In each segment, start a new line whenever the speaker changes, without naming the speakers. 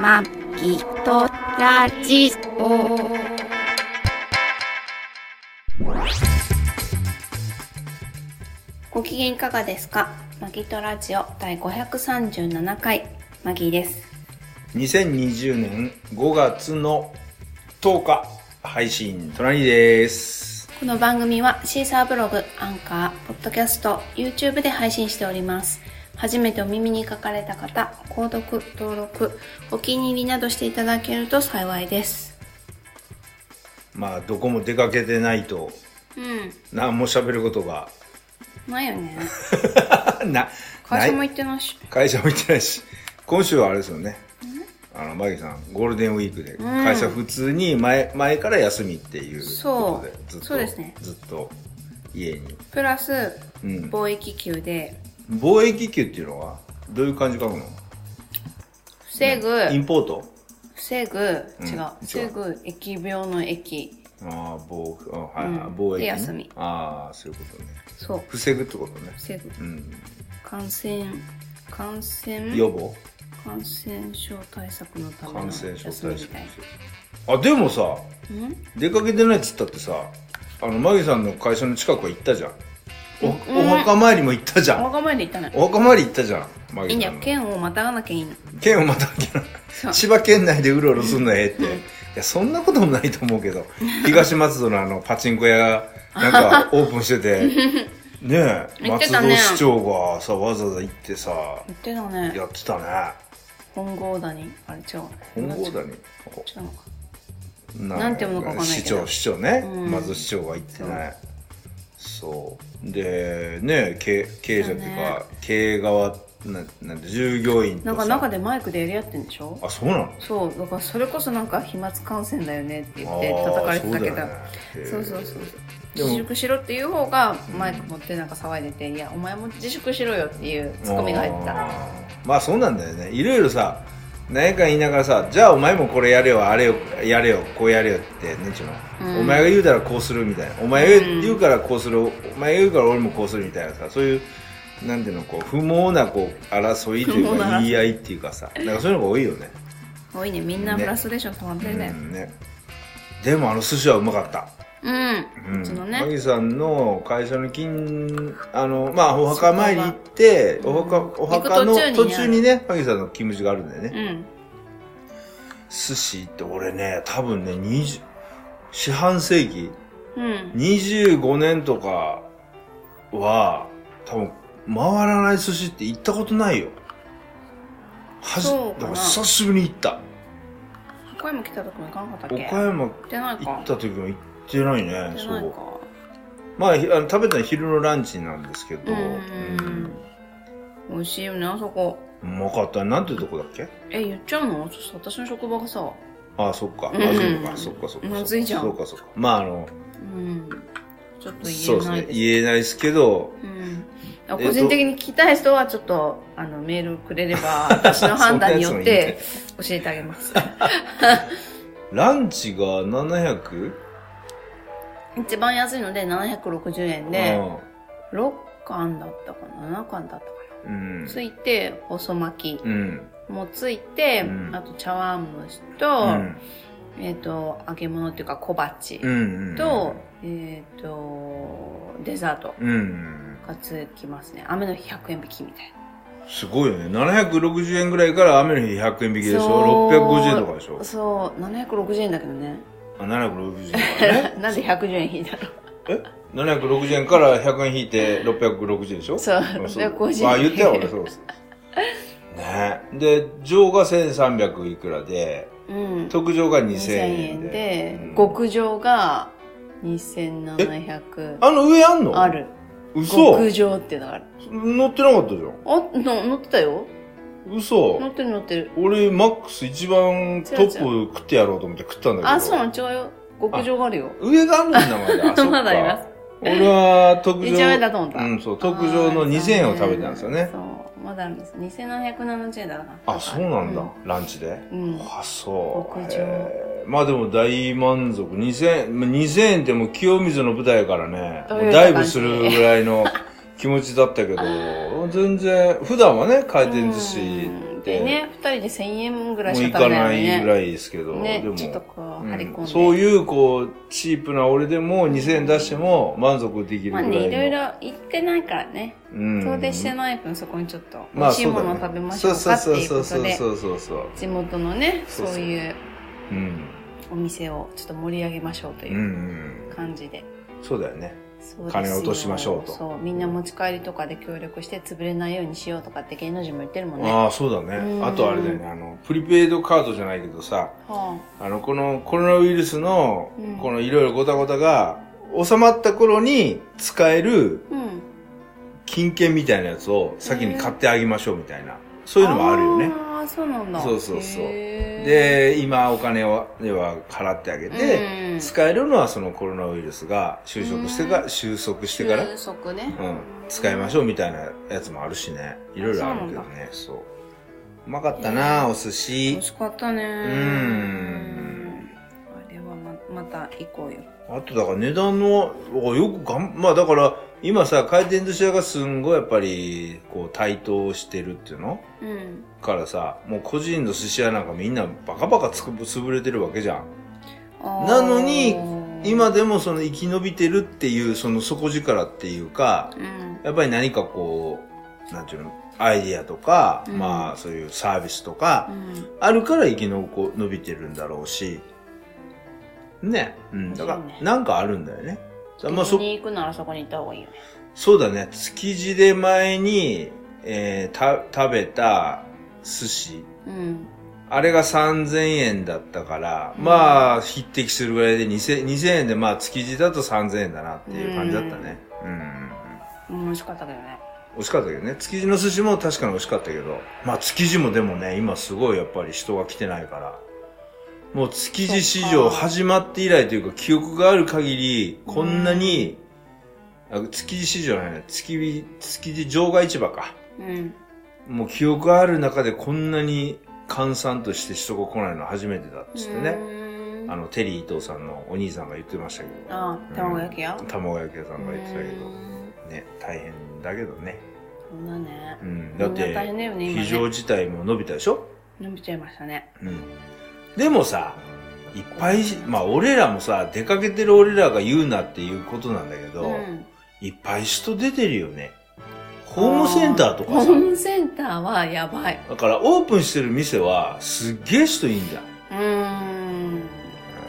まきとラジオ。ご機嫌いかがですかマギトラジオ第537回、マギーです。
2020年5月の10日配信隣です
この番組はシーサーブログ、アンカー、ポッドキャスト、YouTube で配信しております。初めてお耳に書かれた方、購読、登録、お気に入りなどしていただけると幸いです。
まあどこも出かけてないと
うん。
何も喋ることが
ないよね。
なな
会社も
い
行ってないし。
会社も行ってないし今週はあれですよねあのマギさんゴールデンウィークで会社普通に前,、前から休みっていう
そう
ことでずっと
そうですね
ずっと家に、
プラス、
うん、
貿易級で、
貿易給っていうのはどういう感じ書くの
防ぐ、
インポート
防ぐ、違
違
う
う、
防ぐ、疫病の疫。
ああ貿易あはいはい
うん
貿易ね
で休み
ああそういうことね
そう、
防ぐってことね
防ぐ。
うん
感染、感染、
予防
感染症対策のための
感染症対
休みみ
策
たい
あでもさ
な。ん
出かけてないっつったってさあのマギさんの会社の近くは行ったじゃんお,、
うん
お墓参りも行ったじゃ
お
ん
墓参り行ったのよ
お墓参り行ったじゃんマ
いい
ギ
んだ
さ
よ
んの
県をまたがなきゃいいの
県をまたぎ
そう
な千葉県内でうろうろすんのええって、
うん
いやそんなこともないと思う けど東松戸のあのパチンコ屋がなんかオープンして てねえ
行って
松
た
戸
ね
市長がさわざわざ行ってさ
言ってたね
やってたね
本郷谷あれ違う
本郷
違
だね
うのか
な
なんて読むのかわかんないけど
市長市長ね、
うん
まず市長が言ってないそうでね経経営者っていうか、
そう
経営側ななんて従業員とさ
なんか中でマイクでやり合ってんでしょ
あそうなの
そうだからそれこそなんか飛沫感染だよねって言って
あー
叩かれてたけど
そうだよねへー
そうそうそう
でも
自粛しろっていう方がマイク持ってなんか騒いでて「いやお前も自粛しろよ」っていうツッコミが入ってた
あーまあそうなんだよねいろいろさ何か言いながらさじゃあお前もこれやれよあれよやれよこうやれよってねちゅうの、
うん
お前が言うたらこうするみたいなお前が
うん
言うからこうする、お前が言うから俺もこうするみたいなさそういうなんていうのこう不毛なこう争いとい
不
う
毛な
か
争い
言い合いっていうかさなんかそういうのが多いよ ね
多いねみんなフラストレーション溜まってるね
うんねでもあの寿司はうまかった
うん、うちの
マ
ね
ギさんの会社の近あのまあお墓参り行って
そ
お
こが
墓
うん
お墓の
行く途中にね
途中にねマギさんの勤務地があるんだよ
う
ね、
ん
寿司って俺ね多分ね20四半世紀
うん
25年とかは多分回らない寿司って行ったことないよはじ
そうかな
だから久しぶりに行った
岡山来た時も行かなかったっけ
岡
行
山
ってないか
行った時も行ってないね
行って
そ
ないうか
まあひあの食べたの昼のランチなんですけど
うん美味しいよねあそこ
うまかったなんていうとこだっけ
え言っちゃうの私の職場がさ
ああそっか、
うん
あそうかそっかそっか
まずいじゃん
そうかそうかまああの
うんちょっと言え
そうです
ない
ね
です
言えないですけど
うんあ個人的に聞きたい人はちょっと、あのメールくれれ ば私の判断によっ
そんなや
て教えてあげます
ランチが 700?
一番安いので760円で6貫だったかな7貫だったか
うん
なついて細巻
うんうん
きもついて、
うん
あと茶碗蒸しと、
うん
えっ、と揚げ物っていうか小鉢
うんうん
と、えっ、とデザート
うんうん
がつきますね雨の日100円引きみたい
すごいよね760円ぐらいから雨の日100円引きでしょ
そう
650円とかでしょ
なそう760円だけどね
あ760円から ね
なんで110円引いたの
え760円から100円引いて660円で しょ
そう
あ
650円
あ、言ったよ、俺、そうです。ねで、上が1300いくらで、
うん
特上が2000
2000円
円
で
で。うん
極上が2700
あの上あんの
あ。る
嘘
極上っていうのがある
乗ってなかったじゃ
あの乗ってたよ
ん。嘘
乗ってる乗ってる
俺、マックス一番トップ食ってやろうと思って食ったんだけど。
あそうなの違うよ極上があるよ
上がある んだ、まだ。
まだあります
そっか俺は特上。
一番上だと思った
うん、そう、特上の2000円を食べたんですよ
あー
ね。
そうまだあるんです2770円だから
あ、そうなんだ。ランチで。
うん
あ、そう。
屋上
へーまあでも大満足。2000、まあ2000円ってもう清水の舞台からね、
どう
も
いう
うダイブするぐらいの気持ちだったけど、全然、普段はね、回転寿司
うん
で
でね、二人で1000円ぐらい
も
し
う
か
行
食
か
べな
ない
よ
い
ね。
ぐらいですけど、
ね
でも、
ちょっとこう、張り込んで。
うんそういう、こう、チープな俺でも2000円出しても満足できるぐ
ま
ら
あ
いの。
ね、いろいろ行ってないからね。
うん、
遠出して
い。
ない分、そこにちょっと、美
まあ、
味しい
そう
も
だ
の
ね
を食べましょうかっていう
そ
こ
うそ
と
う
で、
そうそうそうそう。
地元のね、
そ
そうう
そう
いう
うん。
お店をちょっと盛り上げましょうと
うんう。
いうん感じで。
そうだよね。
そうですよ
金を落としましょうと
そう、みんな持ち帰りとかで協力して潰れないようにしようとかって芸能人も言ってるもんね。は
ああ、そうだね。
うん
あとあれだよね、あの、プリペイドカードじゃないけどさ、
あ
あの、このコロナウイルスの
うん、
このいろいろごたごたが、収まった頃に使える
うん。
金券みたいなやつを先に買ってあげましょうみたいな。そういうのもあるよね。
ああ、そうなんだ。
そうそうそう
で、
で、今お金は、では払ってあげて、
うん
使えるのはそのコロナウイルスが収束してか
う
ら、収束してから、
収束ね。
うん、使いましょうみたいなやつもあるしね。いろいろあるけどね、そう。うまかったな、お寿
美
司
味。しかったね。
ん
あれはままた行こうよ。
あとだから値段の、よくがん、まあだから、今さ、回転寿司屋がすんごいやっぱり、こう、対等してるっていうの
うん。
からさ、もう個人の寿司屋なんかみんなバカバカつく潰れてるわけじゃん。なのに、今、でもその生き延びてるっていう、その底力っていうか、
うん。
やっぱり何かこう、なんていうの、アイディアとか、
うん
まあそういうサービスとか、
うん。
あるから生きのこ伸びてるんだろうし、ね。うん。だか
そうね
ら、なんかあるんだよね。だからまあ
そ
そ
こ、に行くならそこに行った方がいいよね。
そうだね。築地で前に、えーた、食べた寿司。
うん。
あれが3000円だったから、
うん
まあ、匹敵するぐらいで2000、2000円で、まあ、築地だと3000円だなっていう感じだったね。うん。うんう
う
ん
ん美味しかったけどね。
惜しかったけどね。築地の寿司も確かに惜しかったけど。まあ築地もでもね、今すごいやっぱり人が来てないから。もう築地市
そ
場
っか
始まって以来というか、記憶がある限り、こんなに、あ築地市場じゃないね、築地、築地場外市場か。
うん。
もう記憶がある中でこんなに閑散として人が来ないの初めてだっつってね。
うーん
あの、テリー伊藤さんのお兄さんが言ってましたけど。
ああ、卵焼き屋
卵焼き屋さんが言ってたけ
う
ど。
ーん
ね、大変だけどね。
そんなね
う。ん、だっ
みんな大
て
変、だよね、今
非
ね
常。事態も伸びたでしょ、
伸びちゃいましたね。
うん、でもさいっぱいまあ俺らもさ出かけてる俺らが言うなっていうことなんだけど、
うん
いっぱい人出てるよねホームセンターとか
ホ
さ
ームセンターはやばい。
だからオープンしてる店はすっげえ人いいんじゃん
うーん。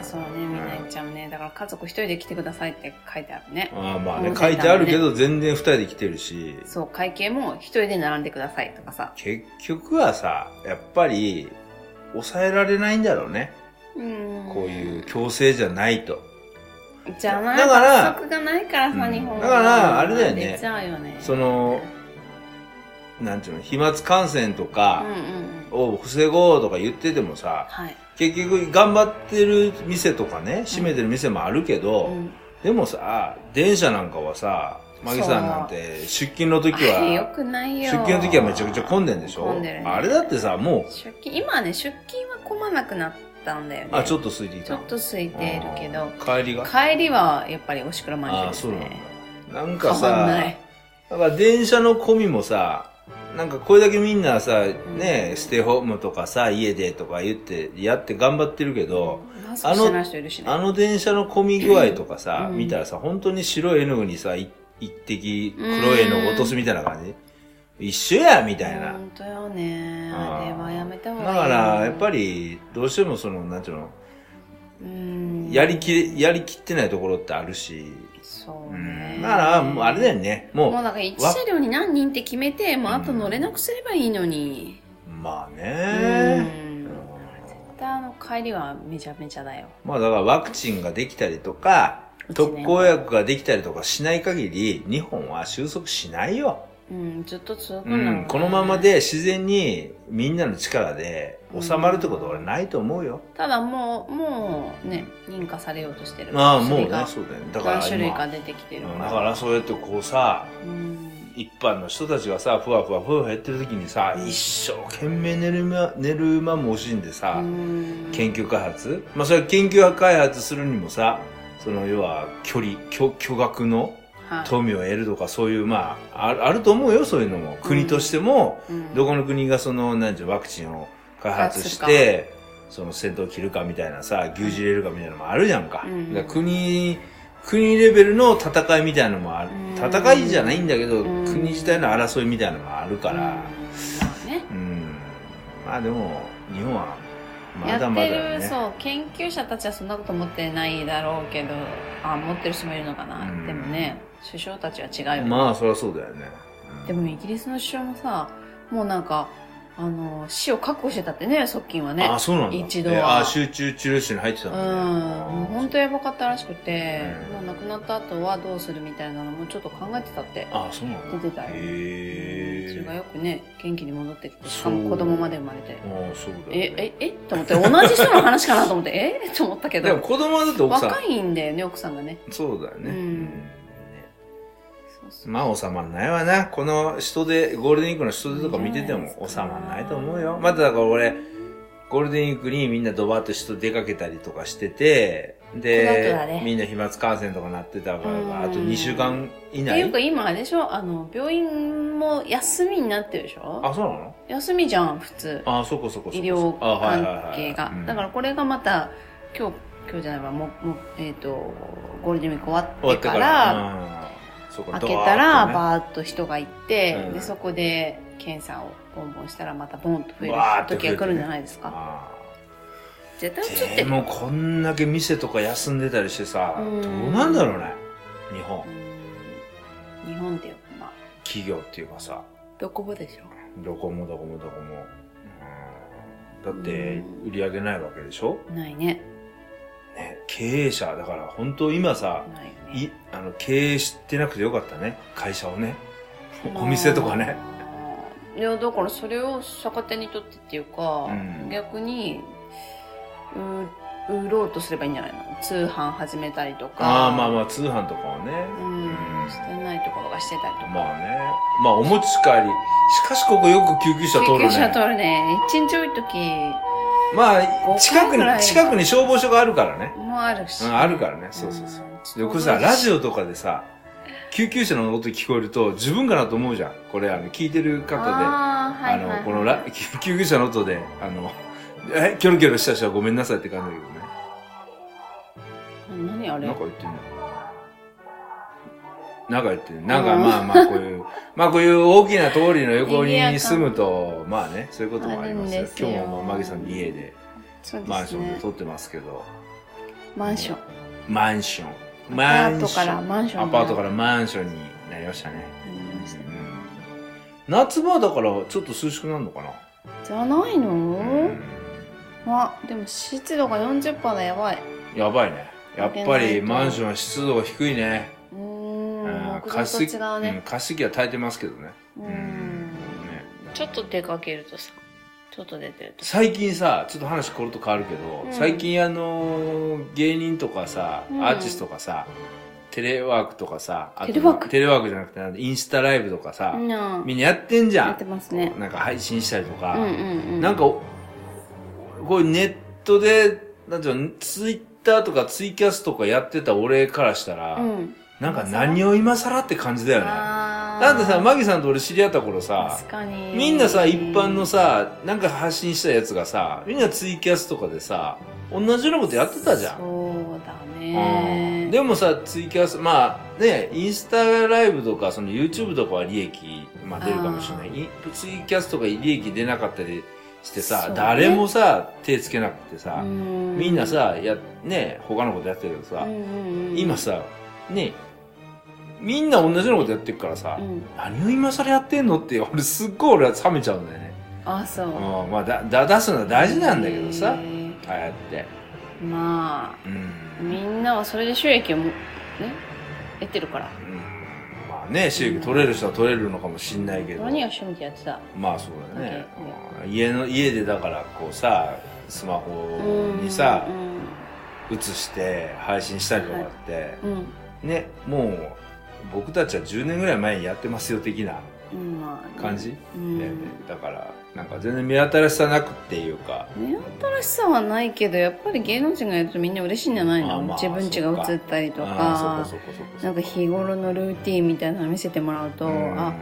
そうね、みんな行っちゃうね。だから家族一人で来てくださいって書いてあるね。
ああまあ
ホー
ね
ムセン
書
ターもね
いてあるけど全然二人で来てるし
そう、会計も一人で並んでくださいとかさ。
結局はさやっぱり抑えられないんだろうね
うーん。
こういう強制じゃないと
じゃない。
だから
罰則がないからさ、
うん
日本は
だからあれだよね
出ちゃうよね。
そのなんていうの飛沫感染と
う
か、
んうんうん。
を防ごうとか言っててもさ、
はい。
結局頑張ってる店とかね、閉めてる店もあるけど、
うん
でもさ、電車なんかはさ、マギさんなんて出勤の時
あれよ
は、
くない
出
よ。
勤の時はめちゃくちゃ混んでんでしょ
混んでるね
あれだってさ、も
出勤、今はね、出勤は混まなくなったんだよね。
う、あ、ちょ
っ
っと空いてき
と。ちょ
た。
っと空いているけど。
あー帰りが。
帰りはやっぱりおしくらまんじゅ
あ
う
あ、
です
そうなんだ
ね。。
なん
変
か
わんな
さ、
い。
だから電車の込みもさ、なんかこれだけみんなさ、ね、ステイホームとかさ、家でとか言って、やって頑張ってるけど、
マスクしてない人いるしね。
あの電車の混み具合とかさ、
うん
見たらさ、本当に白い絵の具にさ、い一滴黒い絵の具落とすみたいな感じ一緒やみたいな。
本当よね。あれはやめた方がいい
だ
よ。
から、やっぱり、どうしてもその、なんていうの、
うん、
やりきれ、やりきってないところってあるし、
そう
う
ね。
ん。だから、もうあれだよね。もう、
もうだから1車両に何人って決めて、もうあと乗れなくすればいいのに。
まあ
う
ね。
ん。絶対あの帰りはめちゃめちゃだよ。
まあだからワクチンができたりとか、特効薬ができたりとかしない限り、日本は収束しないよ。
うん、ずっと続く
う
の、
ん、このまま。で自然にみんなの力で収まるってことはないと思うよ。
ただもう、もうね、認可されようとしてる。
ああ、もうね
薬が、
そうだよね。だから
何種類か
今、
出てきてる
う
か
ん
ら。
だからそうやってこうさ、
うん。
一般の人たちがさ、ふわふわふわふわやってる時にさ、一生懸命寝る間、寝る間も惜しんでさ、
うん
研究開発まあそれは研究開発するにもさ、その要は距離、巨巨額の
はい
富を得るとかそういう、まあ、あるあると思うよ、そういうのも。国としても、
うん
どこの国がその、なんていうのワクチンを開発し
開発
て、その戦闘を切るかみたいなさ、牛耳れるかみたいなのもあるじゃんか。
うん
だから国、国レベルの戦いみたいなのもある
うん。
戦いじゃないんだけど、
うん
国自体の争いみたいなのもあるか
うん
ら
ま。あね
うん。まあでも、日本は、ま
や
だ
っ
まだ
て
ね。
る、そう研究者たちはそんなこと持ってないだろうけどあ持ってる人もいるのかな、
うん
でもね首相たちは違うよね、
まあ、そりゃそうだよね。うん
でもイギリスの首相もさもうなんかあの死を確保してたってね側近はね
あ、そうなんだ。
一度は
えあ、集中治療室に入ってた
うんん
だね。
もう本当やばかったらしくて、
うん
もう亡くなった後はどうするみたいなのもちょっと考えてたって
あ、そうなんだ。
出てたよ
へ
それが
え。
よくね元気に戻ってきてしか
そう
も子供まで生まれて
ああ、そうだ、
え
ね。
ええと思って同じ人の話かなと思ってえと思ったけ
でも
ど
子供はだって奥さん。
若いんだよね奥さんがね
そうだよね。
うん
ね
そうそう
まあ収まんないわな。この人で、ゴールデンウィークの人出とか見てても収まんないと思うよ。まただから俺、ゴールデンウィークにみんなドバッと人出かけたりとかしてて、
こ
で
の後は、ね
みんな飛沫感染とかなってたか
うん
ら、あと2週間以
っていう
内
か。今あれでしょあの病院も休みになってるでしょ
あ、そうなの
休みじゃん普通
あ、そこそこそこ。
医療
あはいはい
関
はい
係が
うん
だからこれがまた今日今日じゃないわもうもうえっ、とゴールデンウィーク終
終わ
わっ
っ
てて
か
から
ら、うん
開けたら、
バ
バーッと人が行って、
うん
でそこで検査をボンボンしたらまたボンと増える
わーって増
時
えてね
が来るんじゃないですか、
ー
絶対
ッ
移って
と
る
でもこんだけ店とか休んでたりしてさ、
うん
どうなんだろうね。日本
う、ん日本っていうかまあ
企業っていうかさ、
どこもでしょ
どこもどこもどこも。うんだって、売り上げないわけでしょ
ないね
ね、経営者、だから本当今さ、
ないよね
い、あの、経営してなくてよかったね。会社をね。お店とかね。
いやだからそれを逆手にとってっていうか、
うん
逆にう売ろうとすればいいんじゃないの通販始めたりとか
ああ、まあまあ、通販とかはね。
うんしてないところがしてたりとか、
まあね。まあ、お持ち帰り。しかしここよく救急車通るね。
救急車通るね一日多い時
ま
五
あ、
回
近く
ぐらい
に、近くに消防署があるからね。
もあるし、
うん、あるからね。そうそうそう。
う
よくさ、ラジ
オ
オとかでさ、救急車の音聞こえると、自分かなと思うじゃん。これ、あの、聞いてる方で、あ
あー、はいはいはい、
の、このラ、救急車の音で、あの、 え、キョロキョロした人はごめんなさいって感じだけどね。
何あれ
なんか言ってんのなんか言ってんなんかまあまあこういう、 まあこういう大きな通りの横に住むと、まあね、そういうこともあります
ある
よ
んです
今
よ
日もまあマギさんの家で
そうで
マンシ
す
ョンで
ね
撮ってますけど、
マンション
マンション。
ア
マ
パー
ン
ト
シ
から
ョン。
マンション
アパートかららマンションになりましたね。
なりましたね
うん夏場だからちょっと涼しくなるのかな
じゃないの、
うん
あでも湿度が40%だやばい
やばいね。やっぱりマンションは湿度が低いね。
うーん
うん
木造と違う
うん
ね
加湿器は耐えてますけどね。
う
うんんね
ちょっと出かけるとさちょっと出てると
最近さちょっと話これと変わるけど、
うん
最近あのー芸人とかさ、
うん
アーティストとかさテレワークとかさあと
テレワーク
テレワークじゃなくてなんだインスタライブとかさ、
うん
みんなやってんじゃ
やって
ん、
ますね
なんか配信したりと
う
か、
んうんうん
なんかおこういうネットでなんていうのツイッターとかツイキャスとかやってた俺からしたら、
うん
なんか何を今更って感じだよね
あー
だってさマギさんと俺知り合った頃さ
確かに
みんなさ、一般のさ、なんか発信したやつがさ、みんなツイキャスとかでさ、同じようなことやってたじゃん。
そうだ
うん
ね
でもさ、ツイキャス、まあね、インスタライブとか、その YouTube とかは利益、まあ出るかもしれない。いツイキャスとか利益出なかったりしてさ、
そうね
誰もさ、手つけなくて
う
さ、
ん
みんなさ、や、ね、他のことやってるけど
う
さ
ん、うんうん
今さ、ね、みんな同じようなことやってるからさ、
うん
何を今更やってんのって、俺すっごい俺は冷めちゃうんだよね。
あそう
うんまあだだ出すのは大事なんだけどさ
へー
ああやって
ま
うん、
あみんなはそれで収益をもね得てるから
うんまあね収益取れる人は取れるのかもしんないけど
何が趣味でやってた
まあそうだね
だけね
うん家の家でだからこうさスマホにさ映して配信したりとかって、
うんうん
ねもう僕たちは10年ぐらい前にやってますよ的な
ううんまあね
感じ、
うん
だよねだからなんか全然目新しさなくっていうか
目新しさはないけどやっぱり芸能人がやるとみんな嬉しいんじゃない
あ
の、
まあ
自分家が映ったりと
ああ
か
そこそこそこそこ
なんか日頃のルーティンみたいなの見せてもらうと、
うん
あ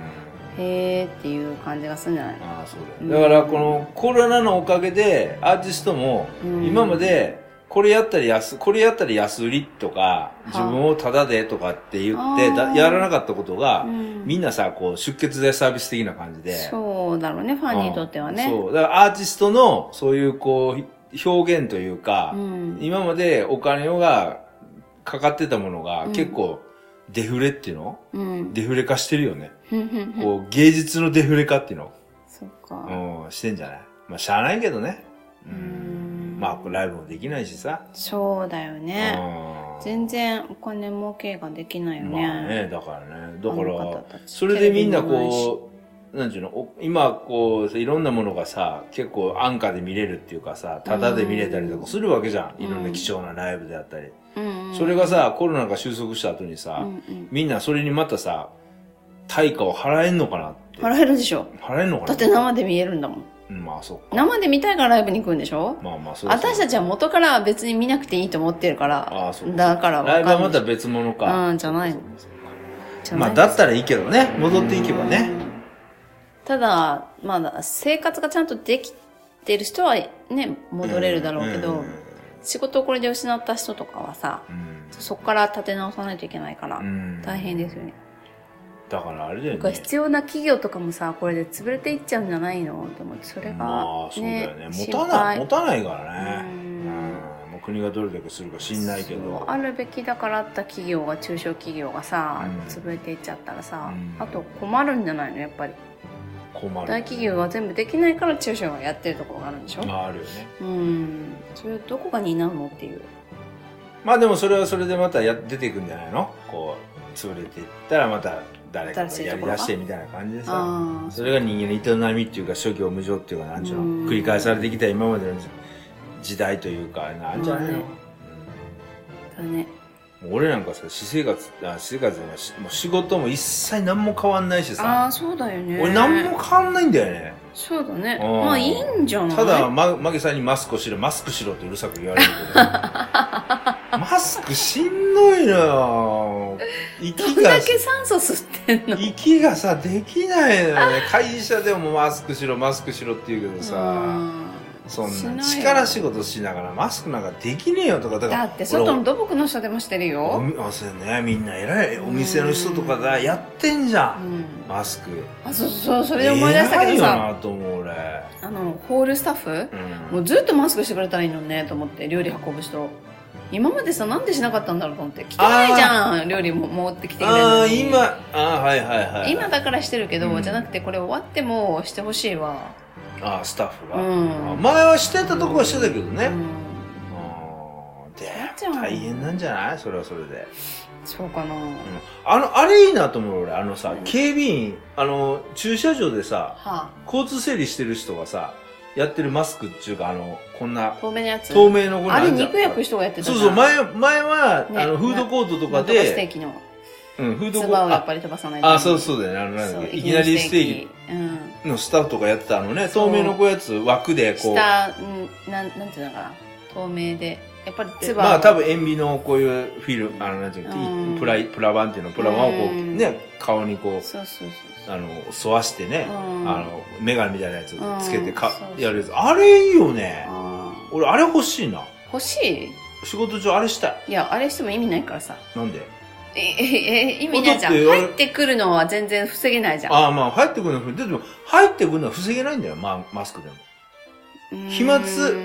へーっていう感じがするんじゃないの
ああそう
うん
だよだからこのコロナのおかげでアーティストも
うん
今までこれやったら安これやったら安売りとか自分をタダでとかって言って
あ
だ
ー
やらなかったことが
うん
みんなさこう出血剤サービス的な感じで
そうだろうねファンにとってはね
うんそうだからアーティストのそういうこうひ表現というか、
うん
今までお金がかかってたものが
うん
結構デフレっていうの、
うん
デフレ化してるよね、
ふんふんふん
こう芸術のデフレ化っていうの
そっか
うん、してんじゃないまあ、しゃあないけどね。う。
うんん
まあ、ライブもできないしさ。
そうだよね
うん
全然お金儲けができないよね,、
まあね、だからね。だか
あの方
ら
た、ち
それでみんな
テレビも
こう、なんていうのお今こう、いろんなものがさ、結構安価で見れるっていうかさ、タダで見れたりとかするわけじゃん。
うん
いろんな貴重なライブであったり。
うんうん
それがさ、コロナが収束した後に
う
さ、
んうん
みんなそれにまたさ、対価を払えんのかなって。
払えるでしょ
払えんのかな
だって生で見えるんだもん
うんまあ、そっか。
生で見たいからライブに行くんでしょ
まあまあ、そうだ
私たちは元から別に見なくていいと思ってるから
ああ、そうか
だからわ
ライブは
か
ま
んな
た
い
別物か。
うんじゃないのじゃない
まあ、だったらいいけどね。戻っていけばね。
ただまだ生活がちゃんとできてる人はね戻れるだろうけど、
ん
仕事をこれで失った人とかはさ
うん
そこから立て直さないといけないから、
うん
大変ですよね
だからあれだよ
だから
ね。
必要な企業とかもさこれで潰れていっちゃうんじゃないのと思ってそれが、ね
まあ、そうだよね。持
心
たない、
配
持たないからね。
う
うんん。もう国がどれだけするか知んないけ
そう
ど。
あるべきだからあった企業が中小企業がさ、
うん
潰れていっちゃったらさ、
うん
あと困るんじゃないのやっぱり
困る。
大企業は全部できないから中小がやってるところがあるんでしょ
まあ、あるよね。
うんそれをどこが担うのっていう
まあでもそれはそれでまたや出ていくんじゃないのこう、潰れていったらまた誰かが
新しい
や
と
り
ころが
だしてみたいな感じでさ。
ああ
それが人間の営みっていうか諸行無常っていうかなんちゅうの
うん
繰り返されてきた今までの時時代というかなんじゃないの、
まだね
うんもう俺なんかさ私生活あ私生活じゃないしもう仕事も一切何も変わんないし
あ
さ
あそうだよね
俺何も変わんないんだよね
そうだね
あー
まあいいんじゃない
ただ、ま、マギさんにマスクをしろマスクしろってうるさく言われるけ どマスクしんどいのよ
ど
息
ん
が
だけ酸素吸ってんの
息がさできないのよね会社でもマスクしろマスクしろって言うけどさそ
し
んな
ないよ
力仕事しながらマスクなんかできねえよとかだ
うん
から
だって外の土木の人でもしてる
お
よ、
みあそうやねみんな偉いお店の人とかだやってんじゃ、
うんん、
マスク
あそうそうそれで思い出したけど
偉い
さ
よなと思う俺、
あのホールスタッフ
う
も
ん、
うずっとマスクしてくれたらいいのにねと思って料理運ぶ人今までさなんでしなかったんだろうと思って来てないじゃん料理も持ってきてくれる
あ
の
あ
に
今あーはいはいはい
今だからしてるけど、
うん
じゃなくてこれ終わってもしてほしいわ
あースタッフ
う
が、あ
ん
前はしてたとこはしてたけど
う
ね、うん
ん
で
じゃん
大変なんじゃないそれはそれで、
そうかな、
うん
は、
あのあれいいなと思う俺あのさ
何
警備員あの駐車場でさ
あ
交通整理してる人がさやってるマスクっていうかあのこんな
透明のやつ
透明のこれ
あれ
んじゃん
肉焼く人がやってたじゃ
そ
ん
うそう前前は、
ね
あのフードコートと
な
か
んとかステー
で
キの
うんフード
唾
コ
を
ート
やっ
あ
ぱり飛ばさない
あそう
う
そうだよねあのなんだっけ
そう
いきなりステー
キうん
キのスタッフとかやってたのね
そう
透明のこうやつ枠でこう
下うんなんなんていうのかな透明でやっぱり唾を
まあ多分塩ビのこういうフィルムあのなんていう
うん
のプライプラ板っていうのプラ板をこう
うん
ね顔にこ
そうそうそう
うあの沿わしてね
そう、うん
あの眼鏡みたいなやつつけてか
うんそうそう
やるやつあれいいよね
あ
俺あれ欲しいな
ー欲しい
仕事中あれしたい
いやあれしても意味ないからさ
なんで
えええ意味ないじゃん
だってあれ
入ってくるのは全然防げないじゃん
ああまあ入ってくるのはでも入ってくるのは防げないんだよ、まあ、マスクでも
うーん
飛沫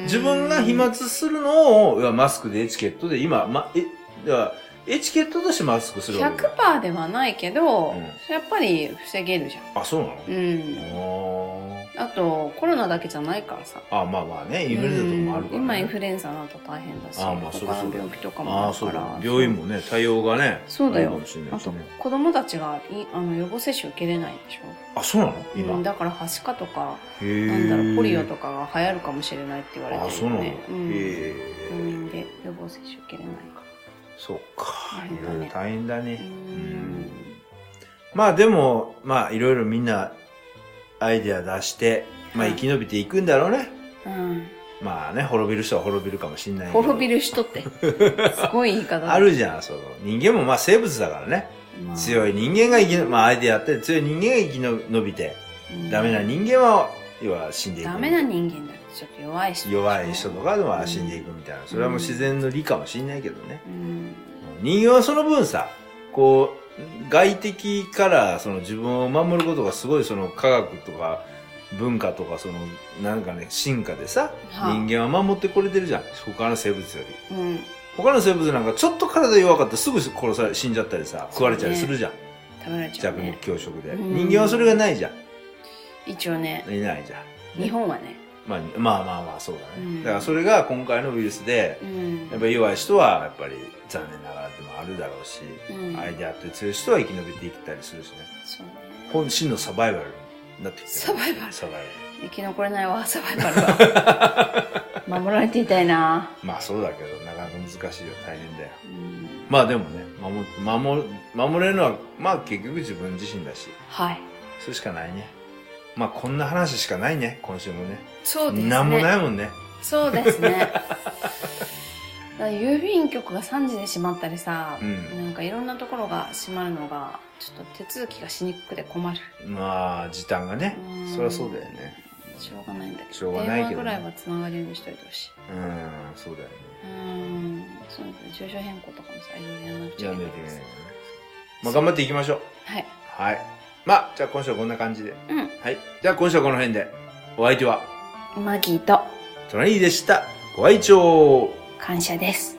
自分が飛沫するのをいやマスクでエチケットで今、ま、えだからエチケットとしてマスクするわけだよ
100%ではないけど、
うん
やっぱり防げるじゃ
あそうなの
んうん
おー
あとコロナだけじゃないからさ
あまあまあねインフルエンザとかもある
う
から、
ん
ね、
今インフルエンザだと大変だし
あまあそうそう
他の病気とかも
あ
あ
あ
る
そ
か
う
ら
だ病院もね対応がね
そうだよ
あるかもしれない
あ
し
と
ね
子供たちがいあの予防接種受けれないでしょ
あそうなの今、
うん、
へ
だからはしかとか
え
なんだろうポリオとかが流行るかもしれないって言われて
あ
るよ、ね、
そうなの、へ
うん病
え
院で予防接種受けれないか
そうか
大
い
変だ
ろ
ね
いろ大変だね
らう
うん
ん
まあでも、まあいろいろみんなアイデア出して、まあ
はい
生き延びていくんだろうね。
うん。
まあね、滅びる人は滅びるかもしんないけど。
滅びる人って。すごい言い方だ。
あるじゃん、その。人間もまあ生物だからね。強い人間が生きの、まあアイデアあって強い人間が生きの伸びて、
うん
ダメな人間は、要は死んでいく。
ダメな人間だってちょっと弱い人。
弱い人とかは死んでいくみたいな。それはもう自然の理かもしんないけどね。
うん。
人間はその分さ、こう、外敵からその自分を守ることがすごいその科学とか文化とかそのなんかね、進化でさ、
はあ
人間は守ってこれてるじゃん。他の生物より。
うん。
他の生物なんかちょっと体弱かったらすぐ殺され、死んじゃったりさ、食われちゃったりするじゃん。
食べられちゃう
弱
ね
肉。強食で。
うん
人間はそれがないじゃん。
一応ね、
いないじゃん。
日本はね。
まあ、まあまあまあ、そうだ
う
ね。
ん
だからそれが今回のウイルスで
う、ん。
やっぱり弱い人はやっぱり残念ながらでもあるだろうし、
うん
アイデアって強い人は生き延びていったりするしね。
そうね。
本心のサバイバルになってきてる
サバイバル
サバイバル。
生き残れないわ、 サバイバルは。 守られていたいな。
まあそうだけど、なかなか難しいよ。大変だよ。
うん
まあでもね、守、守、守れるのは、まあ結局自分自身だし、
はい。
それしかないね。まあこんな話しかないね、今週もね。
そうですね。
なんもないもんね。
そうですね。だから郵便局が3時で閉まったりさ、
うん
なんかいろんなところが閉まるのが、ちょっと手続きがしにくくて困る。
まあ、時短がね
う。ん
そりゃそうだよね。
しょうがないんだけど。
しょうがないけどね
電話ぐらいは繋がるようにしといてほしい。
うん、そうだよね。
うーん。そうですね。住所変更とかもさ、いろいろやらなくちゃ
や
い
ん
け
な
ないい
とい
で
けない
す
よね。まあ頑張っていきましょう。
はい。
はい。まあ、じゃあ今週はこんな感じで。
う
はい。じゃあ今週はこの辺で。お相手は、
ん。マギーと
トナリーでした。ご愛聴
感謝です。